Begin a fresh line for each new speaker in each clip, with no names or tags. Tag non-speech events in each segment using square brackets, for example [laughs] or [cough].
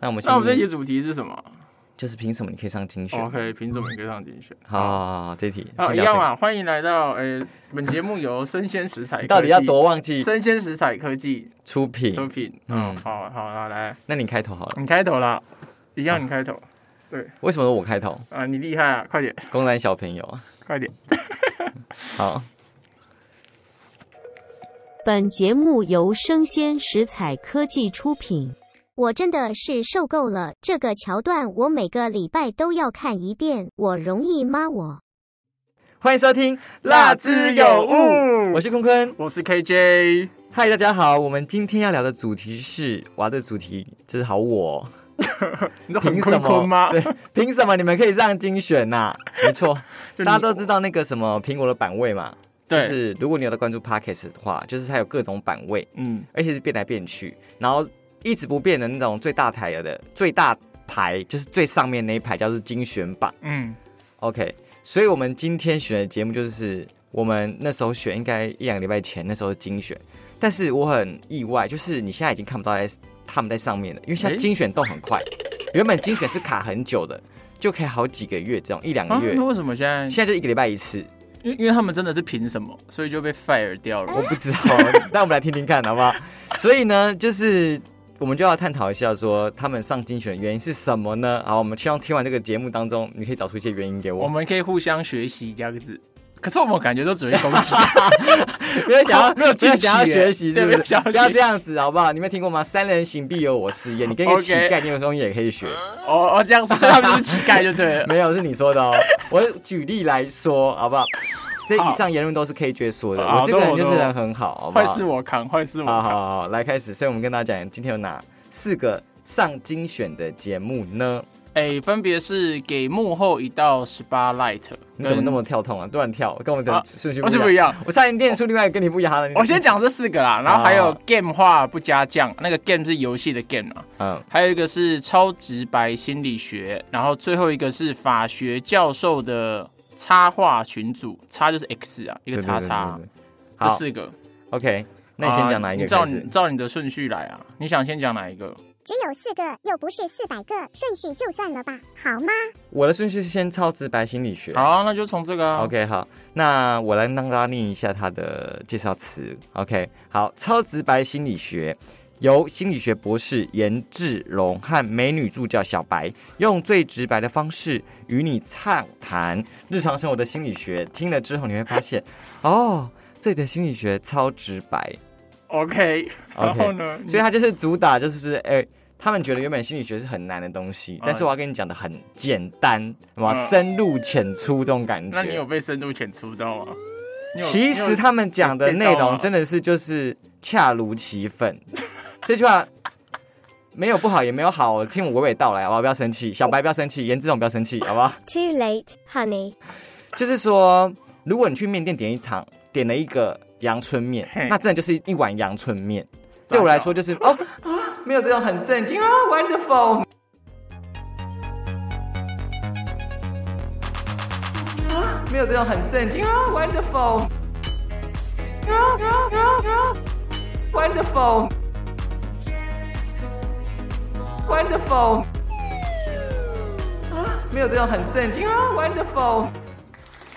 那我们
那我们这
先
题主题是什么
就是凭什么你可以上精选？
哦？OK，凭什么你可以上精选？
好好好好，这题
好，
先
一
聊这
样啊
个
嘛。欢迎来到诶、本节目由生鲜食材
你到底要多忘
科技
记
生鲜食材科技
出品？
出品。
嗯
嗯，好好，那来，
那你开头好了。
你开头啦，一样你开头
为什么我开头？
啊，你厉害啊，快点，
公然小朋
[laughs]
友。啊
快点。
好，
本节目由生鲜食材科技出品。
我真的是受够了这个桥段，我每个礼拜都要看一遍，我容易吗我？
欢迎收听《
蜡
蜡
之
之
有
有
物
物》，我是坤坤。
我是 KJ，
嗨，大家好，我们今天要聊的主题是，哇，这主题真是好我哦、
你都很
凭什
坤坤吗
么？？对，凭什么你们可以上精选
[laughs]
呐、没错，
就你
大家都知道那个什么苹果的版位嘛，就
对，
是如果你有在关注 Podcast 的话，就是它有各种版位，
嗯，
而且是变来变去，然后一直不变的那种最大台的最大牌，就是最上面那一排叫做精选版。
嗯，
OK，所以我们今天选的节目就是我们那时候选，应该一两个礼拜前那时候精选，但是我很意外，就是你现在已经看不到在他们在上面了，因为现在
诶
精选动很快，原本精选是卡很久的，就可以好几个月这种一两个
啊，
月，
那为什么现在？
现在就一个礼拜一次，
因为因为他们真的是凭什么，所以就被 fire 掉了。
我不知道，那我们来听听看好不 [laughs] 好？所以呢，就是。我们就要探讨一下，说他们上精选的原因是什么呢？好，我们希望听完这个节目当中，你可以找出一些原因给
我
我。
们可以互相学习这样子。可是我们感觉都只会攻
[laughs]
击，
没有想要，
[laughs] 没
没
有
有想要
进去耶
学习，
对
是不
没有
是？
想要
不要
学习
这样子，好不好？你没听过吗？三人行必有我师焉，你跟一
OK
个乞丐，你有东西也可以学。
哦哦这样子，所以他们就是乞丐就对了。
没有，是你说的哦。我举例来说，好不好？这
好
以上言论都是 KJ 说的，
好
我这个
懂
人
我
就是
懂
人很好，好不
坏
好？
事我扛，坏事我
好
扛。
好好，来开始。所以我们跟大家讲，今天有哪四个上精选的节目呢？
哎、分别是给幕后一道十八 light，
你怎么那
跟
么跳痛啊？乱跳，跟我的
啊
顺序
嗯我是
不
不
一
一
样。
样？
我差点念出另外一个跟你不一样的。
我先，讲这四
[laughs]
个啦，然后还有 game 话不加酱，那个 game 是游戏的 game 啊，
嗯，
还有一个是超直白心理学，然后最后一个是法学教授的插画群组，插就是 X 啊，一
对
个叉叉，。
对对对对
这
好
四个。
，OK，那你先讲哪一
啊
个
你照
开
你
始？
照你的顺序来啊，你想先讲哪一个？
只有四个，又不是四百个，顺序就算了吧，好吗？
我的顺序是先超直白心理学。
好啊，那就从这个啊。
OK，好，那我来让大家念一下它的介绍词。OK，好，超直白心理学由心理学博士严志荣和美女助教小白用最直白的方式与你畅谈日常生活的心理学。听了之后，你会发现， [laughs] 哦，这里的心理学超直白，
OK，然后呢？
所以它就是主打就是哎。他们觉得原本心理学是很难的东西，但是我要跟你讲的很简单，哇，
嗯
深入浅出这种感觉。
那你有被深度浅出到吗？你有
其实他们讲的内容真
的
的是就是恰如其分，
[laughs]
这句话没有不好也没有好，听我娓娓道来，好不好？不要生气，小白不要生气，严志勇不要生气，好不 [laughs] 好？
Too late, honey。
就是说，如果你去面店点一场，点了一个阳春面
嘿，
那真的就是一碗阳春面。对我来说就是哦，啊没有这种很震惊啊，wonderful。啊没有这种很震惊啊，wonderful。啊啊啊啊，wonderful。Wonderful，啊，没有这种很震惊啊，Wonderful，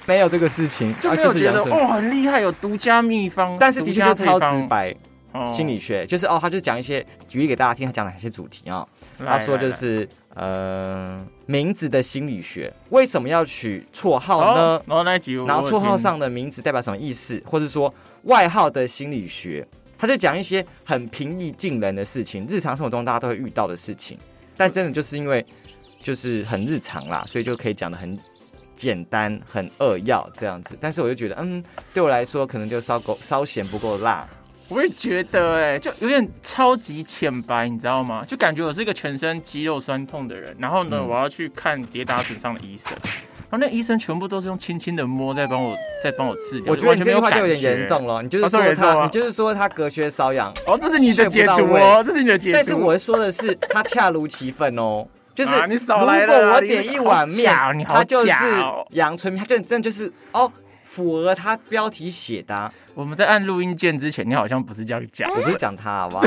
没有这个事情，
就
啊
没有
是
觉
阳
得
春
哦很厉害，有独家秘方，
但是的确就超直
白
白，心理学就是哦，他就讲一些举例给大家听，他讲哪些主题啊、他说就是呃，名字的心理学，为什么要取绰号呢？
哦然后那一集我
然后绰号
有
上的名字代表什么意思，或者说外号的心理学，他就讲一些很平易近人的事情，日常生活中大家都会遇到的事情。但真的就是因为就是很日常啦，所以就可以讲的很简单、很扼要这样子。但是我就觉得，嗯，对我来说可能就稍够稍嫌不够辣。
听我也觉得哎，就有点超级浅白，你知道吗？就感觉我是一个全身肌肉酸痛的人，然后呢，
嗯
我要去看跌打损伤的医生。然后那医生全部都是用轻轻的摸在帮我，在帮我治疗。
我觉得
完
你这
全没
句话就有
感
点
觉
严重。了，你就是
哦这么
说
严重
他，
啊
你就是说他隔靴搔痒，
哦，这是你的解
睡不到
读哦，
位
这是你的解读。
但是我说的是他恰如其分
[laughs]
哦，就是
啊你
如
少
果
来了啦
我
你
点一碗面
好假哦你，好
他就是
假哦
阳春面，他就真的就是哦。符合他标题写的啊、
我们在按录音键之前，你好像不是这样讲。
我不是讲他好不好？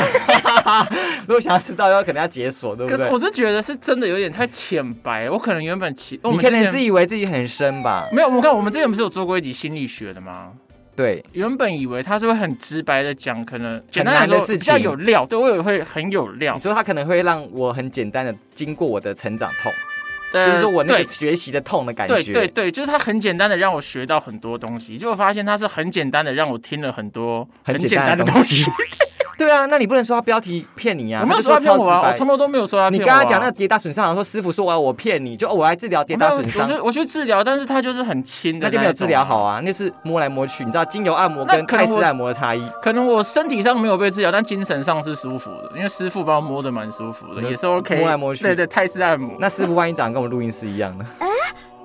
[laughs]
如果想要知道，要可能要解锁，对不
可是
对
我？是觉得是真的有点太浅白，我可能原本期，我
你
们
可
之前
能自以为自己很深吧？
没有，我看我们之前不是有做过一集心理学的吗？
对，
原本以为他是会很直白的讲，可能简单来
难的
说
事情
比较有料，对我也会很有料
你。说他可能会让我很简单的经过我的成长痛，
呃
就是说我那
对
个学习的痛的感
对
觉。
对对，就是他很简单的让我学到很多东西，结果发现他是很简单的让我听了很多
很
简
简单
单
的
东
东西。
[laughs]
对啊，那你不能说他标题骗你啊！
我没有说
说
他骗我
超直
啊，
白
我从头都没有说他
你
骗我、
刚
啊。
刚讲那个跌打损伤，然后说师傅说啊，我骗你，就哦我来治疗跌打
我
损
没有
伤
我，去我去治疗，但是他就是很轻的
那
那
就没有治疗好
啊。
啊，那是摸来摸去，你知道精油按摩
那
跟
可
泰
能
式
我
按摩的差异。
可能我身体上没有被治疗，但精神上是舒服的，因为师傅帮我摸的蛮舒服的，
就
也是 OK。
摸来摸去
对对，泰式按摩。
那师傅万一长得跟我们录音师一
[laughs]
样呢？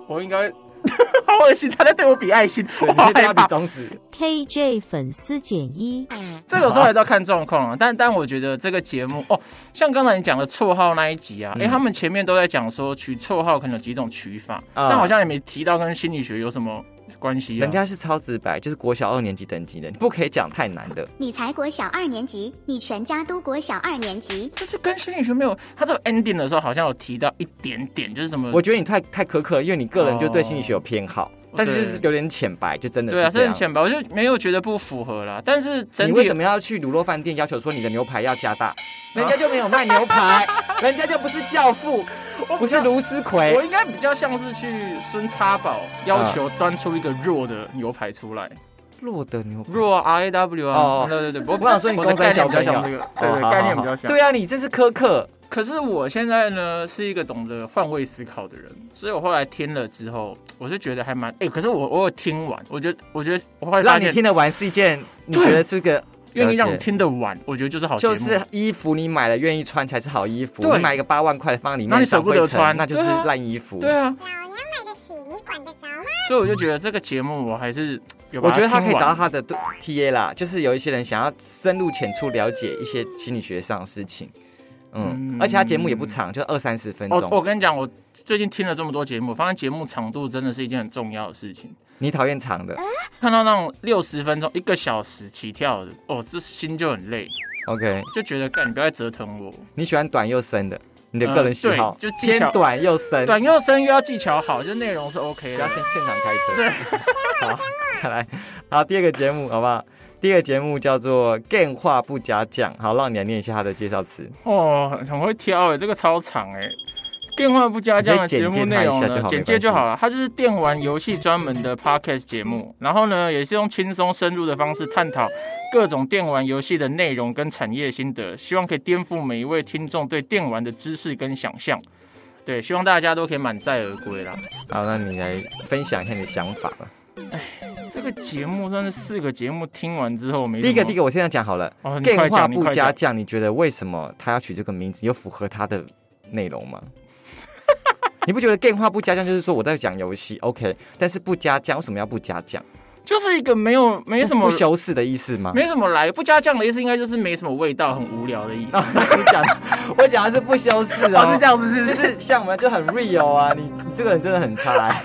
我应该 [laughs] 好恶心，他在对我比爱心，
对，
我
你
好
先对
害
他比
怕。
中指。
KJ 粉丝减一，
这有时候还是要看状况啊，但但我觉得这个节目哦，像刚才你讲的绰号那一集啊，
嗯
哎、他们前面都在讲说取绰号可能有几种取法，
啊
但好像也没提到跟心理学有什么关系啊。
人家是超直白，就是国小二年级等级的，你不可以讲太难的。
嗯
你才国小二年级，你全家都国小二年级，
这这跟心理学没有，他这个 ending 的时候好像有提到一点点，就是什么
我觉得你太太苛刻了，因为你个人就对心理学有偏好，但是
哦对
就是有点浅白，就真的
对啊，
是这
这
样。
很浅白，我就没有觉得不符合啦。但是整
你
体
为什么要去卤肉饭店要求说你的牛排要加
[laughs]
大？人家就没有卖牛排，人家就不是教父，不是卢思奎
我。应该比较像是去孙插宝要求端出一个弱的牛排出来，
弱的牛排。
弱 R A W
哦
啊，对对对，我
我想说你
我的
公
概
司
念
小
比较
朋友
像这个，对
哦好
对，
好
概念
好
比较像。
对啊，你这是苛刻。
可是我现在呢是一个懂得换位思考的人，所以我后来听了之后，我是觉得还蛮哎，可是我我有听完，我觉得我觉得我后来发
让你
现，
听得完是一件，你
对
觉得是个
愿意让
了
你
解
听得完，我觉得就是好节目，
就是衣服你买了愿意穿才是好衣服，
对
你买一个八万块放里
那
面
你舍
长
不
灰
得
尘，
穿
那就是
对啊
烂衣服。
对啊，
老娘买得起，你管得着吗？
所以我就觉得这个节目我还是有把
我觉得他
听
可以
完
找到他的 TA 啦，就是有一些人想要深入浅出了解一些心理学上的事情，嗯，
嗯哦
而且他节目也不长，就二三十分
我我
钟。
跟你讲，我最近听了这么多节目，发现节目长度真的是一件很重要的事情。
你讨厌长的
看到那种六十分钟、一个小时起跳的，哦，这心就很累，
，OK？
就觉得干，你不要再折腾我。
你喜欢短又深的，你的个人喜好
嗯对就技巧
偏短又深，
短又深又要技巧好，就内容是 OK
不
的
要。现现场开车。 [laughs] 好，再来，好，第二个节目好不好？第二个节目叫做“电话不加酱”，好，让你来念一下它的介绍词。
哦，很会挑诶、这个超长诶、电话不加酱的节目内容
你可以简介它一下就
呢
好，
简
没关
介
系
就好了。它就是电玩游戏专门的 podcast 节目，然后呢，也是用轻松深入的方式探讨各种电玩游戏的内容跟产业心得，希望可以颠覆每一位听众对电玩的知识跟想象。对，希望大家都可以满载而归啦。
好，那你来分享一下你的想法吧。
这个节目算是四个节目听完之后没
第一个，第一
个
个，我现在讲好了。
哦，你
电
快
话
讲，你
不
快
加
讲。
酱，你觉得为什么他要取这个名字？有符合他的内容吗？ [laughs] 你不觉得电话不加酱就是说我在讲游戏，OK？但是不加酱，为什么要不加酱？
就是一个没有没什么
不修饰的意思吗？
没什么来不加酱的意思，应该就是没什么味道，很无聊的意思。
啊， [laughs] 你讲，我讲的是不修饰
哦，
哦
是这，样子，是不？
就是是像我们就很 real 啊，你你这个人真的很差、 [laughs] 欸，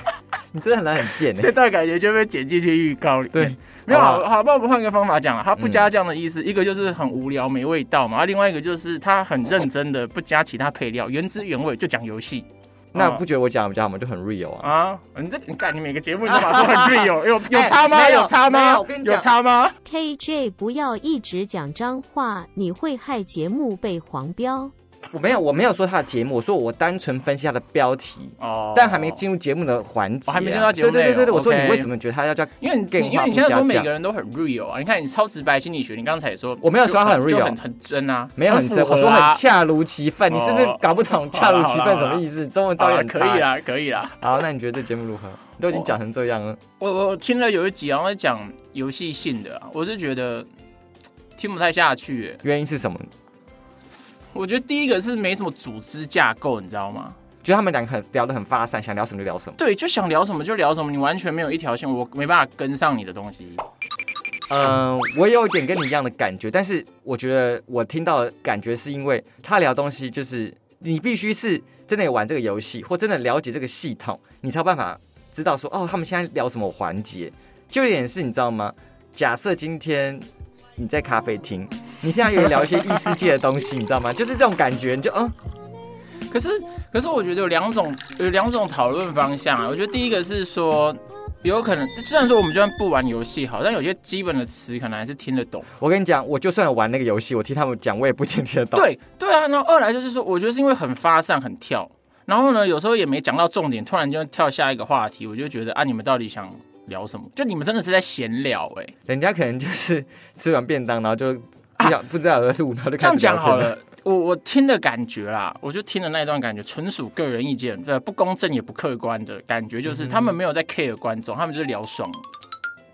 你真的很很贱哎、
这段感觉就被剪进去预告里面。
对，
没有
好
好
吧
好，那我们换一个方法讲了，它不
嗯
加酱的意思，一个就是很无聊没味道嘛，啊另外一个就是它很认真的不加其他配料，原汁原味就讲游戏。
那不觉得我讲的比较好吗？就很 real 啊。
啊，你这你干你每个节目你都把它说很 real，有有差吗？
哎没有
差
没
吗？
有我跟你讲
有差吗？
KJ 不要一直讲脏话，你会害节目被黄标。
我没有，我没有说他的节目，我说我单纯分析他的标题。
哦
但还没。进入节目的环节啊、
哦还没进入到节目
对对对对对，
内容
我说你
OK
为什么觉得他要叫？
因为你
电
因
话不
为你现在
加
说每
酱
个人都很 real 啊，你看你超直白心理学，你刚才也说
我没有说他很
就就
real
很很真啊，
没有很真，
符合
我说
啊
很恰如其分。你是不是
哦
搞不懂恰如其
好啦
分
好啦
什么意思？中文造
好
诣
啦
很
可
差。
以啊啦，可以啦。
好，那你觉得这节目如何？你都已经讲成这样了，
我我听了有一集好像在讲游戏性的、啊，我是觉得嘖听不太下去耶。
原因是什么？
我觉得第一个是没什么组织架构，你知道吗？
觉得他们两个很聊得很发散，想聊什么就聊什么。
对，就想聊什么就聊什么，你完全没有一条线，我没办法跟上你的东西。
嗯，我有一点跟你一样的感觉，但是我觉得我听到的感觉是因为他聊东西，就是你必须是真的有玩这个游戏，或真的了解这个系统，你才有办法知道说哦，他们现在聊什么环节。就有点是，你知道吗？假设今天你在咖啡厅，你听到有人聊一些异世界的东西，你知道吗？就是这种感觉，你就嗯，
可是，可是我觉得有两种有两种讨论方向啊。我觉得第一个是说，有可能虽然说我们就算不玩游戏好，但有些基本的词可能还是听得懂。
我跟你讲，我就算有玩那个游戏，我听他们讲，我也不一定听得懂。
对对啊，然后二来就是说，我觉得是因为很发散、很跳，然后呢，有时候也没讲到重点，突然就跳下一个话题，我就觉得啊，你们到底想聊什么？就你们真的是在闲聊哎、
人家可能就是吃完便当，然后就不想、不知道有在录，然后就
这
开
样
始聊
讲
天
好。了。我我听的感觉啦，我就听的那一段感觉，纯属个人意见，对，不公正也不客观的感觉，
嗯
就是他们没有在 care 观众，他们就是聊爽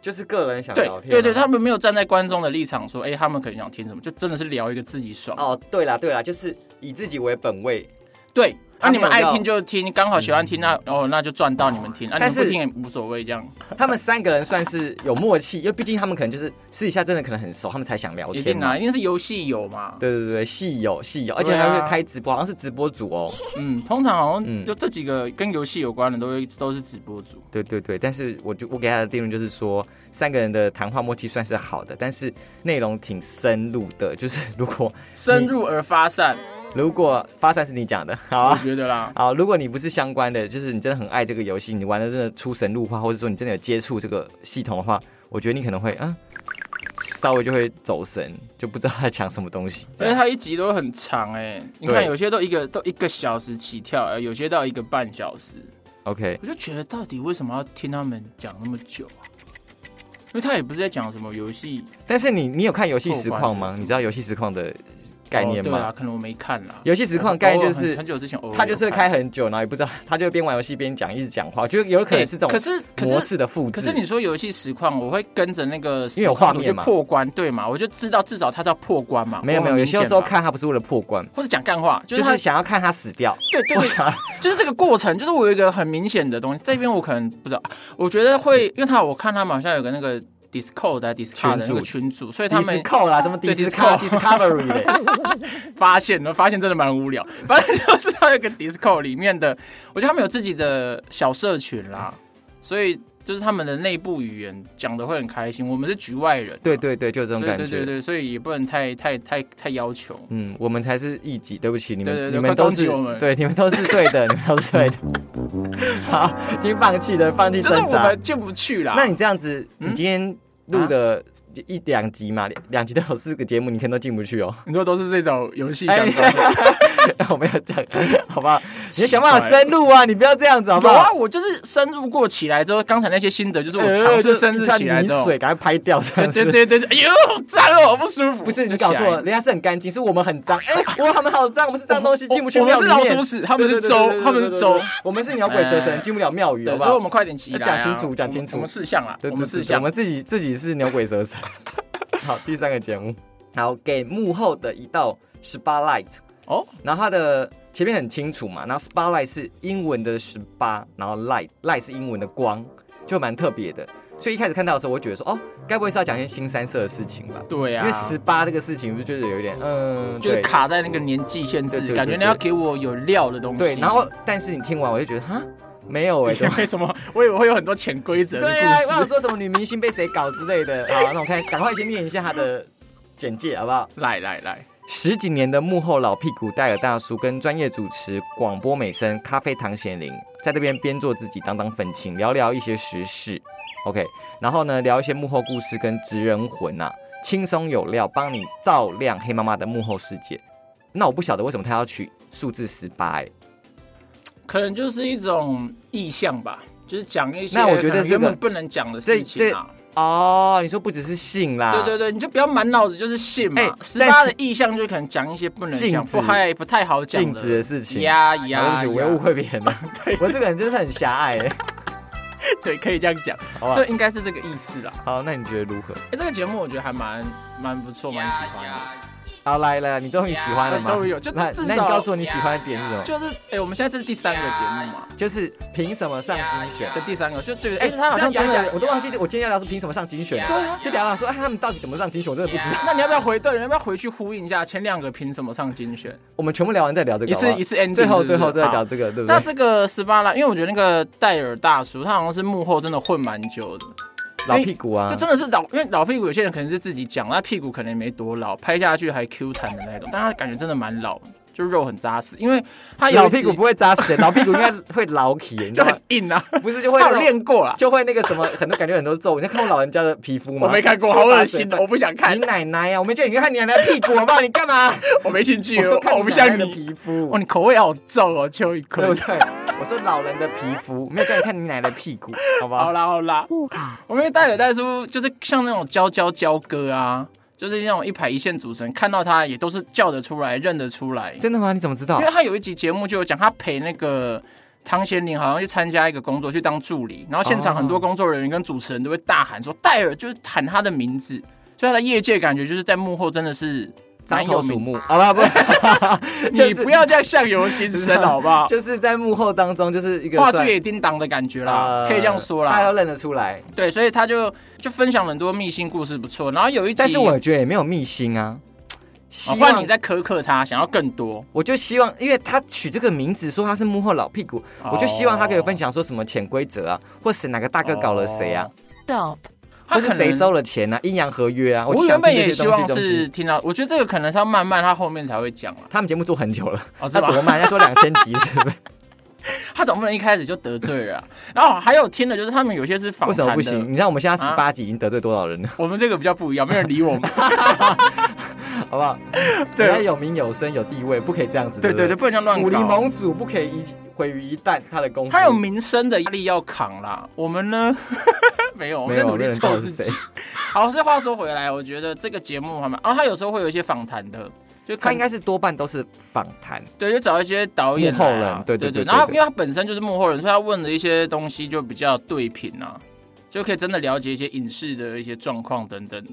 就是个人想
对
聊天啊、
对对，他们没有站在观众的立场说，哎、他们可能想听什么，就真的是聊一个自己爽。
哦，对啦对啦，就是以自己为本
[laughs]
位，
对，那、
他没有
你们爱
要嗯哦
听就听，刚好喜欢听那、哦，那就赚到你们听，啊，
但
你们不
是
听也无所谓，这样
他们三个人算是有默契，因为毕竟他们可能就是私底下真的可能很熟，他们才想聊
一
天
定
嘛。
啊，一定是游戏友嘛。
对对对，戏友戏友，而且
对啊
还会开直播，好像是直播主哦。
嗯，通常好
嗯
像就这几个跟游戏有关的都会都是直播组。
对对对，但是我就我给他的定论就是说，三个人的谈话默契算是好的，但是内容挺深入的，就是如果
深入而发散，
如果发散是你讲的，好
我
啊。
觉得
[laughs]
啦，
好，如果你不是相关的，就是你真的很爱这个游戏，你玩的真的出神入化，或者说你真的有接触这个系统的话，我觉得你可能会嗯，稍微就会走神，就不知道他在讲什么东西。这
因为 [laughs]
样
它一集都很长哎、你看
对
有些都一个都一个小时起跳，呃，有些到一个半小时，
OK，
我就觉得到底为什么要听他们讲那么久啊？因为他也不是在讲什么游戏
但是你你有看游戏实况
扣
吗？
环
你知道游戏实况的概念
哦对啦，
吗？
可能我没看啦。
游戏实况概念就
偶尔很
是
很久之前偶哦尔有看，
他就是会开很久，然后也不知道，他就边玩游戏边讲，一直讲话，就有可能是这
欸可
种
是可
模
是
式的复制。
可是你说游戏实况，我会跟着那个
因为有
实
画
况
面
我就
嘛
破关对嘛，我就知道至少他叫破关嘛。
没有没有，有
我很哦明
些
显
时候
吧，
看他不是为了破关，
或是讲干话，就
就是
他
是想要看他死掉。
对对
我
对，
想要
就是这个过程，就是我有一个很明显的东西，这边我可能不知道，我觉得会，因为他我看他们好像有个那个 Discord 的 Discord
群
的那个
组
群组，所以他
迪斯
们
扣啦，啊什么迪
对
斯扣
Disco
Discovery 嘞。
发现，然后发现真的蛮无聊， [laughs] 反正就是他有个 Discord 里面的，我觉得他们有自己的小社群啦，所以就是他们的内部语言讲的会很开心，我们是局外人啊、
对对对，就是这种
对
感
对对
觉。
对，所以也不能太太太太要求。
嗯，我们才是异己，对不起，你们
对对对
你们都是
快攻击我们
对，你们都是对的，你们都是对的。好，已经放弃了，放弃
就是
挣
我
扎。
们进不去啦。
那你这样子，
嗯
你今天录的一两集嘛，两两集都有四个节目，你可能都进不去哦。 [laughs]
你说都是这种游戏相
哎
关的，，
我没有这样，好不好？你想办法深入啊，你不要这样子，好不
有啊，
好？
我就是深入过起来之后，刚才那些心得就是啊
哎
我尝试深入起来
呃一滩泥
之后，
水赶快拍掉，这
对
样子。
对对对，对哎呦，好脏哦，好不舒服。
不是
就
你搞
起来
错了，，人家是很干净，是我们很脏。哎、
[laughs]
我他们好脏，我们是脏东西，进不去
我们
庙
是
里
老
面
鼠。屎，他们是
对对对对
粥
对，对
他们
对
是
对
粥
对。我们是鸟鬼蛇神，
哎
进不了庙宇，好
对，
不
所以我
好？
们快点起来啊，
哎讲清楚讲清楚
我们四项啦，
对
我
对
们
对
四
对
项
我。们自己自己是牛鬼蛇神。好，第三个节目，好给幕后的一道 spotlight。
哦，
然后它的前面很清楚嘛，然后 spotlight 是英文的十八，然后 light light 是英文的光，就蛮特别的。所以一开始看到的时候，我就觉得说，哦，该不会是要讲一些新三社的事情吧？
对
因
啊，
为十八这个事情，我就觉得有一点，嗯，
就是
对
卡在那个年纪限
对对
制，
对
感觉
对
你要给我有料的东西。
对，然
[laughs]
后但是你听完我就觉得哈，没有 [laughs] 哎、怎么
为什么？我以为会有很多潜规则的
对啊，我
故
想
事。
说什么女明星被谁搞之类 [laughs] 的。好，那我看赶快先念一下她的简介好不好？
来来来，
十几年的幕后老屁股戴尔大叔跟专业主持广播美声咖啡唐贤玲，在这边边做自己当当粉青，聊聊一些时事，OK，然后呢聊一些幕后故事跟职人魂啊，轻松有料，帮你照亮黑妈妈的幕后世界。那我不晓得为什么他要取数字十八、欸，
可能就是一种意向吧，就是讲一些
那我觉得
可
这
能
个
原本不能讲的事情啊。
哦，你说不只是性啦，
对对对，你就不要满脑子就是信嘛
啊哎。
十
但是
八的意向就可能讲一些不能讲、
禁止
不太不太好讲
禁止的事情
呀
啊，
呀
对不起，我又误
呀！
会别人了。我这个人就是很狭隘、欸，
[laughs] 对，可以这样讲，
好吧
所以应该是这个意思啦。
好，那你觉得如何？
哎，这个节目我觉得还蛮蛮不错，蛮喜欢的。
好，来来，你终于喜欢了吗？
对终于有就
那
至
那你
少
告诉我你喜欢的点是什么？
就是哎，我们现在这是第三个节目嘛，
就是凭什么上精选？
对，第三个就觉得
哎
哎，他好像
这样讲
真
讲，
的
我都忘记我今天要聊是凭什么上精选
对
了。
啊。
就聊聊说，哎，他们到底怎么上精选？我真的不知道。
那你要不要回对？你要不要回去呼应一下前两个凭什么上精选？
我们全部聊完再聊这个
一
好不好，
次一次 ending，
最后
是不
最
是
后再
好
聊这个，对不
那
对？
这个十八拉，因为我觉得那个戴尔大叔，他好像是幕后真的混蛮久的，
老屁股啊
哎就，真的是老，因为老屁股有些人可能是自己讲，那屁股可能也没多老，拍下去还 Q 弹的那种，但他感觉真的蛮老，就肉很扎实，因为他有一
老屁股
集
不会扎实、老屁股应该会老起，你知
就
道
很
吗？
硬啊，
不是就 [laughs] 会
他
那
有
种
练过啊啦，
就会那个什么，很多感觉很多皱。你看过老人家的皮肤吗？
我没看过，
说
好
打
恶
水
心哦的，
分
我不想看
你，奶奶啊呀、我没叫你看你奶奶屁股好不好？你干嘛？
我没兴趣，
我说看
我
你
不
奶奶
像
的
你。
皮肤，
哦，你口味好重哦，邱宇
对
坤
不。对？我说老人的皮肤，没有叫你看你奶奶的屁股，好不好？
[laughs] 好啦好啦，
不好，
我们戴尔戴叔就是像那种娇娇娇哥啊，就是那种一排一线组成，看到他也都是叫得出来、认得出来。
真的啊吗？你怎么知道
因为？他有一集节目就有讲，他陪那个唐贤宁好像去参加一个工作，去当助理，然后现场
哦
很多工作人员跟主持人都会大喊说戴尔，就是喊他的名字，所以他在业界感觉就是在幕后真的是
张
蛮有
口鼠 [laughs]
名。
目，好吧，不，
你不要这样相由心生好不好？
[laughs] 就是在幕后当中就是一个
画
算
出也叮当的感觉啦
呃，
可以这样说
大家
啦
都。认得出来。
对，所以他就就分享了很多秘辛故事，不错。然后有一集，
但是我觉得也没有密心啊，
哦
希
换、
望
你再苛刻他，想要更多。
我就希望，因为他取这个名字说他是幕后老屁股，我就希望他可以分享说什么潜规则啊，或是哪个大哥搞了谁啊，
stop，
他
或
可
是
能
谁收了钱啊，阴阳合约啊。
我
就
原
想
本
听
也
这些
希
东西
望
东
是
西。
听到，我觉得这个可能是要慢慢他后面才会讲了。
他们节目做很久了，
哦，是
他
吧？
多慢？要做两千集是不是？
他总不能一开始就得罪了啊、然后还有听的就是他们有些是 [laughs] 访
为
谈
什
的
么
啊
不行？？你看我们现在十八集已经得罪多少人了，
[laughs] 我们这个比较不一样，没有人
[laughs]
理我们。
好不好？
对
人家有名有声有地位，不可以这样子。
对
对
对对，
不
不能这样
武林
乱搞。
盟主不可以一毁于一旦，他的功夫。
他有民生的压力要扛啦，我们呢 [laughs] 没有，我们
没
在
有
努
那
力
人到
凑
底
自
是
己
谁。？
好，所以话说回来，我觉得这个节目还蛮，啊然后他有时候会有一些访谈的，就
他
看
应该是多半都是访谈，
对，就找一些导演、啊、
幕后人
对
对对对
然后
对对
因为他本身就是幕后人，所以他问的一些东西就比较对频啊，就可以真的了解一些影视的一些状况等等的。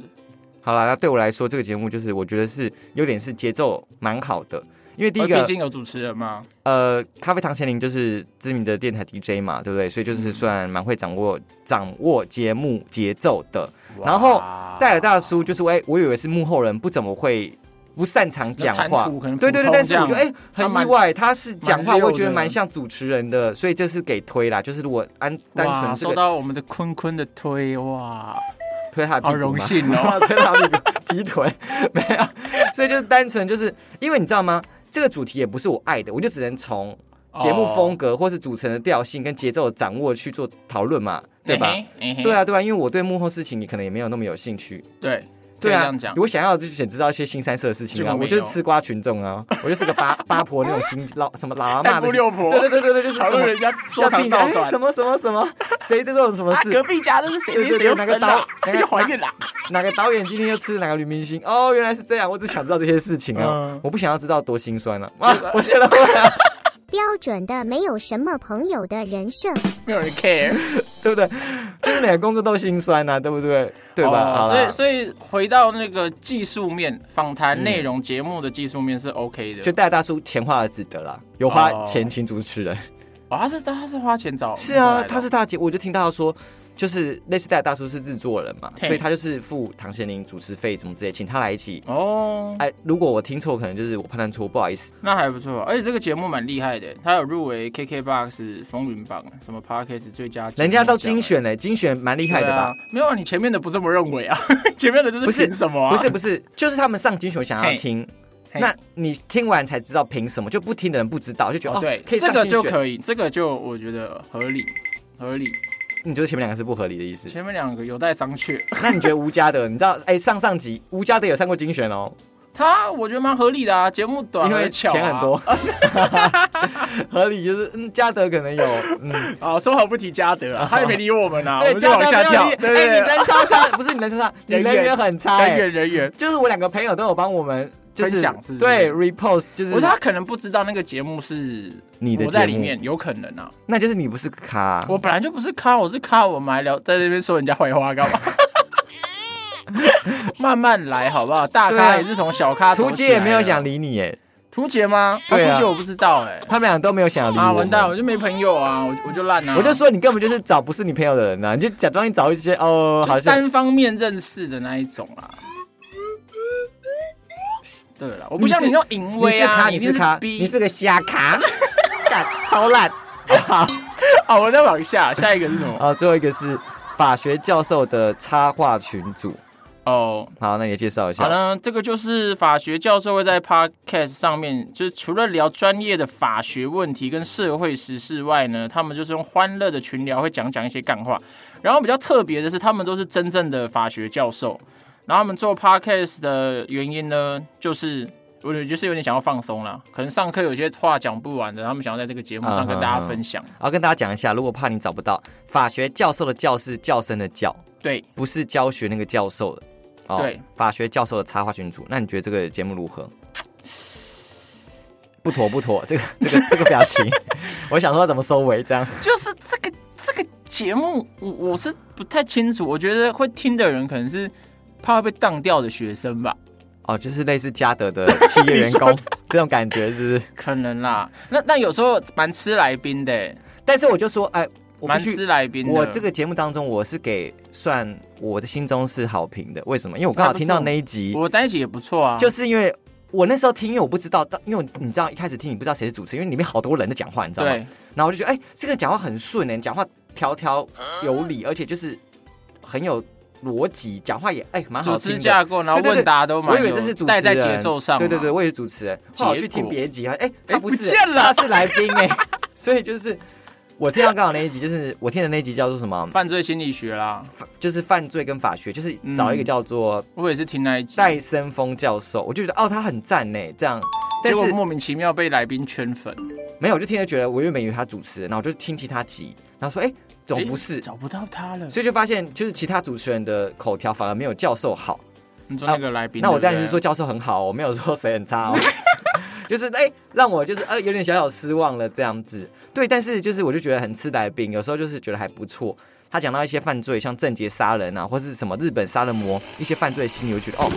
好啦，那对我来说，这个节目就是我觉得是有点是节奏蛮好的，因为第一
毕
个
竟有主持人嘛，
呃，咖啡糖贤玲就是知名的电台 DJ 嘛，对不对？所以
嗯
就是算蛮会掌握掌握节目节奏的。然后
哇
戴尔大叔就是哎、我以为是幕后人，不怎么会不擅长讲
那
话
谈吐可能，
对对对，
普通
但是我觉
这
得
样
哎、
他蛮
很意外，他是讲话，
蛮溜的
我觉得蛮像主持人的，所以这是给推啦，就是如果按单
哇
纯这
收
个
到我们的坤坤的推，哇，
推他的屁股
好
嘛
荣幸哦！
[laughs] 推他屁股劈腿， [laughs] 没有，所以就是单纯就是因为你知道吗？这个主题也不是我爱的，我就只能从节目风
哦
格或是主持人的调性跟节奏的掌握去做讨论嘛，对吧？
嘿嘿？嘿嘿
对，啊，对啊，因为我对幕后事情你可能也没有那么有兴趣。
对，
对
可以这
啊
样，讲
我想要就是想知道一些新三色的事
结
情
果
啊，
没有
我就是吃瓜群众啊，我就是个八八婆那种新老什么老阿
三
妈
姑
的，
六婆，
对对对对对，就是
讨
什
论
么
人家说
要听
长
一
道
下哎
短
什。么什么什么，谁这种什么
啊，
事
隔，壁家都是谁谁谁又
对对对
生
哪
了
个，刀
他 [laughs] 就怀孕了。
哪个导演今天又吃哪个女明星，哦，原来是这样，我只想知道这些事情
嗯
啊，我不想要知道多心酸了，哇，我觉得会啊，
标准的没有什么朋友的人设。
没有人 care，
对不对？就是每个工作都心酸呐，对不对？对吧？
哦
好
所以
啦
所以回到那个技术面，访谈内容节目的技术面是 OK 的。
嗯就戴大叔钱花了值得啦，有花
哦
钱请主
[laughs]
持人。
哦，他是他是花钱找，
是啊，他是大姐，我就听到说，就是类似戴尔大叔是制作人嘛，
嘿
所以他就是付唐贤林主持费什么之类，请他来一起。
哦，
哎，如果我听错，可能就是我判断错，不好意思。
那还不错，而且这个节目蛮厉害的，他有入围 KKBOX 风云榜、什么 Parkes 最佳节目奖，
人家都精选嘞，精选蛮厉害的
对
吧
啊？？没有啊，你前面的不这么认为啊， [laughs] 前面的就是
不是
凭什么啊？
不是不是，就是他们上精选想要听，
嘿
那你听完才知道凭什么，就不听的人不知道，就觉得
哦
哦，
对，
可以
这
上
个
精
就
选。
可以，这个就我觉得合理。合理，
你觉得前面两个是不合理的意思？
前面两个有待商榷。 [laughs]
那你觉得吴家的，你知道？哎，上上集吴家的有上过精选哦，
他我觉得蛮合理的啊，节目短
因为
而巧啊
钱很多，
[laughs]
合理就是嗯，嘉德可能有嗯。
啊，说好不提嘉
[laughs]
德啊，他也没理我们啊，我
对，
们就
交
往
通
下
没有
跳
力。
对对
哎，你
对，
人超差，不是你人超
[laughs]
差，你
人缘
人缘很差、
人
哎
员人员，
就是我两个朋友都有帮我们，就是
分享是不是
对 repost，就是
我他可能不知道那个节目是
嗯你的
我在
节
里
目啊
面，有可能啊。
那就是你不是咖，
我本来就不是咖，我是咖，我们还聊在这边说人家坏话干嘛？慢慢来好不好？大
对啊
咖也是从小咖走
图
起
姐也没有
来的
想理你哎，
图杰吗？啊
对啊
图杰我不知道哎。
他们俩都没有想理我
啊，
们
完蛋，我就没朋友啊，我我就烂啊。
我就说你根本就是找不是你朋友的人啊呐、你就假装你找一些哦，好
就
像
单方面认识的那一种啦。对了，我不
你
像
是
你那种淫
你
威
是
啊，
咖，你
你一定
是咖，
逼
你
[laughs]
是个瞎咖，干超烂。好不好
好，我再往下，下一个是什么？
[laughs] 啊好，最后一个是法学教授的插画群组。
哦，
好，那也介绍一
好
下。
了，这个就是法学教授会在 podcast 上面，就是除了聊专业的法学问题跟社会时事外呢，他们就是用欢乐的群聊会讲讲一些干话。然后比较特别的是，他们都是真正的法学教授。然后他们做 podcast 的原因呢，就是我觉得就是有点想要放松啦，可能上课有些话讲不完的，他们想要在这个节目上跟大家分享。
然后跟大家讲一下，如果怕你找不到，法学教授的教是叫声的叫，
对，
不是教学那个教授的。哦
对，
法学教授的插画群组。那你觉得这个节目如何？ [sniffs] 不妥不妥，这个这个这
[laughs]
个表情，我想说怎么收尾这样。
就是这个这个节目，我我是不太清楚，我觉得会听的人可能是怕被当掉的学生吧。
哦，就是类似嘉德的企业员
[laughs] 你说
工这种感觉，是不是？
可能啦。那那有时候蛮吃来宾的欸，
但是我就说，哎，我
蛮
必须
吃来宾的。
我这个节目当中，我是给算我的心中是好评的。为什么？因为我刚好听到那一集，
我单起也不错啊，
就是是因为我那时候听，因为我不知道，当因为你知道一开始听你不知道谁是主持人，因为里面好多人在讲话，你知道吗？
对
然后我就觉得，哎、这个讲话很顺哎、你讲话条条有理，而且就是很有逻辑，讲话也哎蛮、好
组
听的。
织架构，然后
对对对
问答都
我
蛮
以为
有
这是主持
带
人，
在节奏上嘛。
对对对，我以为主持人。后来我去
结果
听别集，哎、他不是、
不见了
他是来宾哎、 [laughs] 所以就是我听到刚好那一集，就是我听的那一集叫做什么？
犯罪心理学啦，
就是犯罪跟法学，就是找一个
嗯
叫做
我也是听那一集，
戴森峰教授，我就觉得哦，他很赞呢，这样。但
结果
是
莫名其妙被来宾圈粉，
没有，我就听着觉得我原本以为他主持人，然后我就听其他集，然后说哎，总不是
诶，找不到他了。
所以就发现就是其他主持人的口条反而没有教授好。
你说那个来宾，
啊那我
对
当
不
然
对
是说，教授很好哦，我没有说谁很差哦。 [laughs] 就是哎、让我就是呃有点小小失望了这样子。对，但是就是我就觉得很吃来宾，有时候就是觉得还不错。他讲到一些犯罪，像郑杰杀人啊，或是什么日本杀人魔一些犯罪心理，我就觉得哦，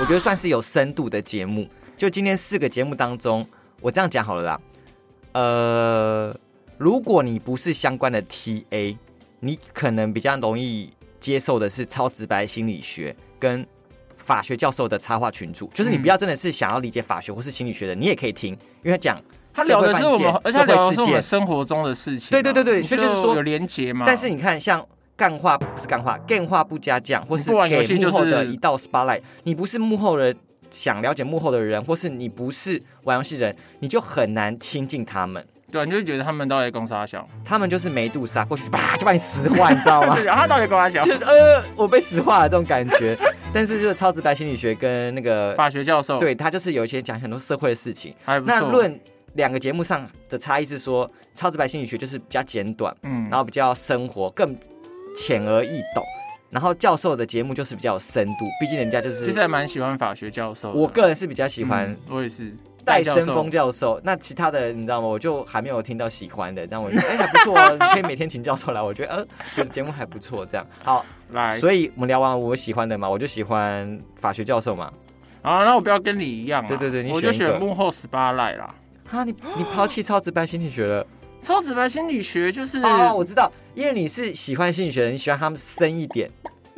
我觉得算是有深度的节目。就今天四个节目当中，我这样讲好了啦。呃，如果你不是相关的 TA，你可能比较容易接受的是超直白心理学跟法学教授的插画群
嗯
组，就是你不要真的是想要理解法学或是心理学的，你也可以听，因为他讲
他聊的是
社
我们
会，
而
犯罪
且他聊的是
社
我
会事
们
件
生活中的事情啊。
对对对对
你
所以就是说
有连结嘛。
但是你看，像干话不是干话，干话不加酱，或是
不玩游
给
戏就
幕后
是
的一道 spotlight，你不是幕后人，想了解幕后的人，或是你不是玩游戏人，你就很难亲近他们。
对，你就觉得他们到底在攻啥
[laughs]
小，
他们就是梅杜莎过去，啪就把你石化，你知道吗
[laughs] 对，？然后他到底攻啥小
就？是呃，我被石化了这种感觉。但是就是超直白心理学跟那个，
法学教授，
对他就是有一些讲很多社会的事情。
还不错，
那论两个节目上的差异是说，超直白心理学就是比较简短，
嗯
然后比较生活，更浅而易懂。然后教授的节目就是比较有深度，毕竟人家就
其
是
实还蛮喜欢法学教授的。
我个人是比较喜
嗯
欢
我也是
戴
教
森
授
峰教授。那其他的你知道吗？我就还没有听到喜欢的，这样
嗯
我觉得哎、还不错、哦，你可以每天请教授来，我觉得呃觉得节目还不错，这样
哎
好。
来，
所以我们聊完我喜欢的嘛，我就喜欢法学教授嘛。
啊，那我不要跟你一样啊，
对对对你
我就
选一个
选幕后十八赖啦。
哈，你你抛弃超直白心理学了？
超直白心理学就是
哦，我知道，因为你是喜欢心理学的，你喜欢他们深一点。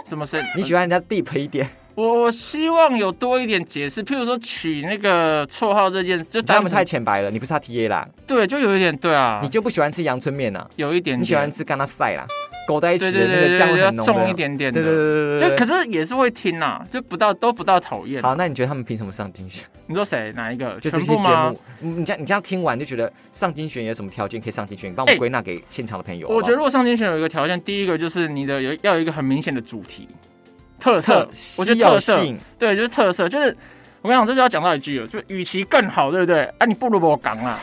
怎么是
你喜欢人家 deep 一
[laughs]
点，
我我希望有多一点解释，譬如说取那个绰号这件，就
他
单
们太浅白了，你不是他 TA 啦，
对，就有一点对啊，
你就不喜欢吃阳春面呐，
有一点点
你喜欢吃干拉塞啦，勾在一起的
对对
那
对
个
对
酱
对，要
很浓的，
重一点点
对
的，
对对对对
就
对
可
对。
是也是会听啦，就不到都不到讨厌。
好，那你觉得他们凭什么上金选？
你说谁哪一个？
就这
全
期
部
节
吗
目？，啊你你这样你这样听完就觉得上金选有什么条件可以上金选？你帮我
哎
归纳给现场的朋友。
我觉得
好
如果上精选有一个条件，第一个就是你的有要有一个很明显的主题特
不好
色
特，
我觉
稀
得
有
特色
性，
对，就是特色，就是我跟你讲，这就要讲到一句了，就与其更好，对不对？啊，你不如我讲啊，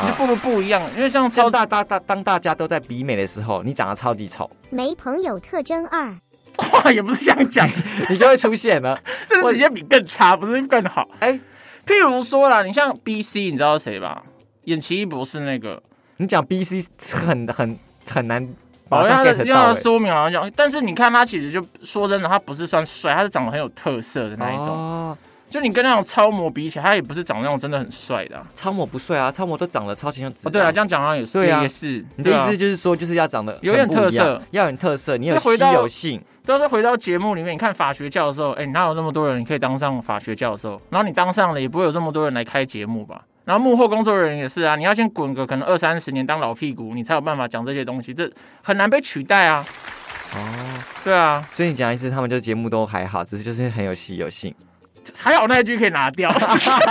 你就不如不一样，因为像
当
超大，
大大大当大家都在比美的时候，你长得超级丑，
没朋友特征二，
话也不是
[laughs]
想讲，
你就会出现了。
这是直接比更差，不是更好。
哎，
譬如说啦，你像 B C，你知道谁吧？演奇异博士那个，
你讲 BC 很很很难马
好
上
像哦他
get
的要
到
他
欸。
说明好像讲，但是你看他其实就说真的，他不是算帅，他是长得很有特色的那一种。
哦，
就你跟那种超模比起来，他也不是长那种真的很帅的啊、
超模不帅啊，超模都长得超级像子
哦，对啊，
弹
这样讲好像也是，
对啊
也是。
你的
对
意
啊
思，就是说，就是要长得
有点
很不一样
特色，
要有点特色，你有
就回
稀
到
有性。
但是回到节目里面，你看法学教授，哎、哪有那么多人你可以当上法学教授？然后你当上了，也不会有这么多人来开节目吧？然后幕后工作人员也是啊，你要先滚个可能二三十年当老屁股，你才有办法讲这些东西，这很难被取代啊。
哦，
对啊，
所以你讲一次，他们就节目都还好，只是就是很有戏有性。
还好那一句可以拿掉， [laughs]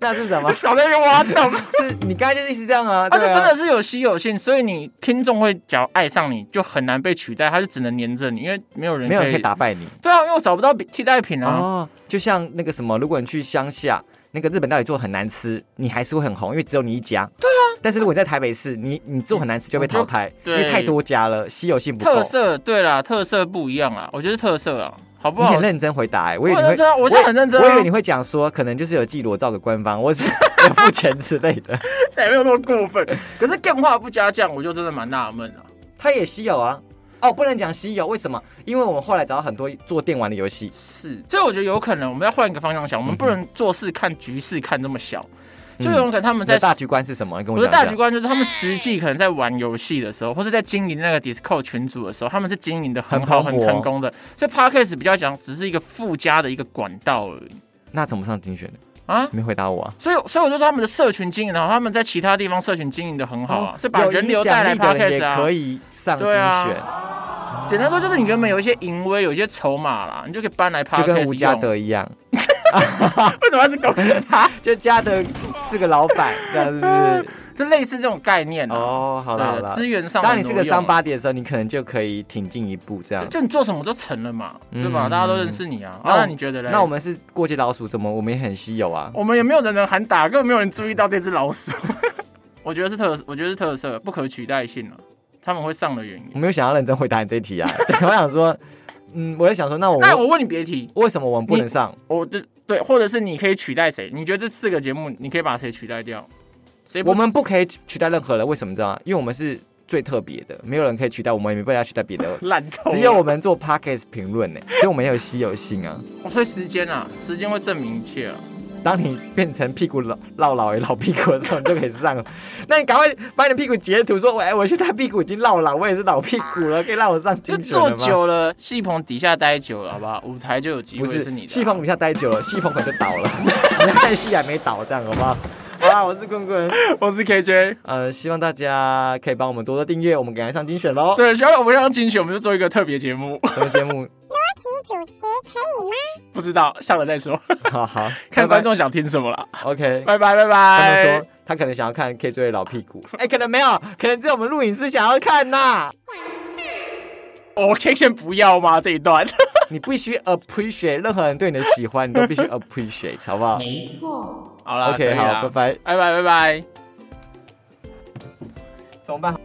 那是什么？
少在那边挖洞。
是你刚才就是一直这样啊？
[laughs] 而且
对啊
真的是有稀有性，所以你听众会只要爱上你，就很难被取代，他就只能黏着你，因为没有人
没有
可
人
以
可以打败你
对啊，因为我找不到比替代品啊。
哦。就像那个什么，如果你去乡下，那个日本料理做得很难吃，你还是会很红，因为只有你一家。对啊。但是如果你在台北市，你你做很难吃就被淘汰，因
对
为太多家了，稀有性不够
特。色对啦，特色不一样啦，我觉得特色啊，好不
你
好？
很认真回答、欸，我以
我
为
很
你
认
会。
真啊，我现在很认真啊。
我以为你会讲说，可能就是有寄裸照给官方，我
[laughs]
是有付钱之类的。
[laughs] 这也没有那么过分，可是电话不加酱，我就真的蛮纳闷啊。
它也稀有啊。哦，不能讲稀有，为什么？因为我们后来找到很多做电玩的游戏，
是，所以我觉得有可能我们要换一个方向想，我们不能做事看局势看这么小，就有可能他们
嗯你
在
的大局观是什么？你跟
我
我
的
讲一
大
下。
局观就是，他们实际可能在玩游戏的时候，或者在经营那个 Discord 群组的时候，他们是经营的很好、
很蓬
很
勃
成功的。这 Podcast 比较讲，只是一个附加的一个管道而已
那怎么上精选的？
啊。
没回答我啊。
所以，所以我就说他们的社群经营的好，他们在其他地方社群经营的很好啊，所以把
哦有
人
影
流
响
带来
力的人也
Podcast 啊
可。以上精
对啊
选，
简单说就是，你原本有一些淫威，有一些筹码啦，你就可以搬来 Podcast
就跟吴家
用
德一样，
[laughs]
[laughs]
为什么要是搞
就家德是个老板，这
[laughs]
样是不是？
就类似这种概念啊？
哦，好了好
对，
了
资。源上
当
很
你是
多
个
用啊
伤疤，底的时候，你可能就可以挺进一步这
就
样。
就你做什么都成了嘛，对吧？
啊嗯
大家都认识你啊。
那我
那你觉得嘞？
那我们是过街老鼠，怎么我们也很稀有啊？
我们也没有人能喊打，根本没有人注意到这只老鼠。 [laughs] 我觉得是特，我觉得是特色，不可取代性了、啊他们会上的原
我
因。
没有想要认真回答你这一题啊， [laughs] 对我想说，嗯，我在想说，那我
那哎我问你别提，
为什么我们不能上？
我对对，或者是你可以取代谁？你觉得这四个节目，你可以把谁取代掉？谁不。
我们不可以取代任何人，为什么你知道吗？因为我们是最特别的，没有人可以取代我们，也没办法取代别的
烂透了？
只有我们做 podcast 评论呢，所以我们也有稀有性啊。
哦，所以时间啊，时间会证明一切啊。
当你变成屁股老老老爷老屁股的时候，你就可以上了。那你赶快把你的屁股截图说，哎，我现在屁股已经老了，我也是老屁股了，可以让我上
就
精选
坐
了吗？
久了，戏棚底下待久了，好不好？舞台就有机
不
会
是
你，
啊
的。
戏棚底下待久了，戏棚可能就倒 [laughs] 了。我们看戏还没倒，这样好不好？ [laughs] 好啦，我是棍棍，
[laughs] 我是 KJ，
呃，希望大家可以帮我们多多订阅，我们赶快上精选喽。
对，希望我们让精选，我们就做一个特别节
[laughs]
目，
什么节目？ [laughs]
不知道上了再说，
好 [laughs] 好，
看观众想听什么啦。
拜拜。OK，
拜拜拜
他
拜。
们说他可能想要看 K 追的老屁股， [laughs] 哎、可能没有，可能只有我们录影师想要看呐、
我 K 哦先不要吗？这一段
[laughs] 你必须 appreciate 任何人对你的喜欢，你都必 [laughs] 须 appreciate，好不好
好啦
啊？OK，好，拜拜。
拜拜拜拜。
[laughs] 怎么办？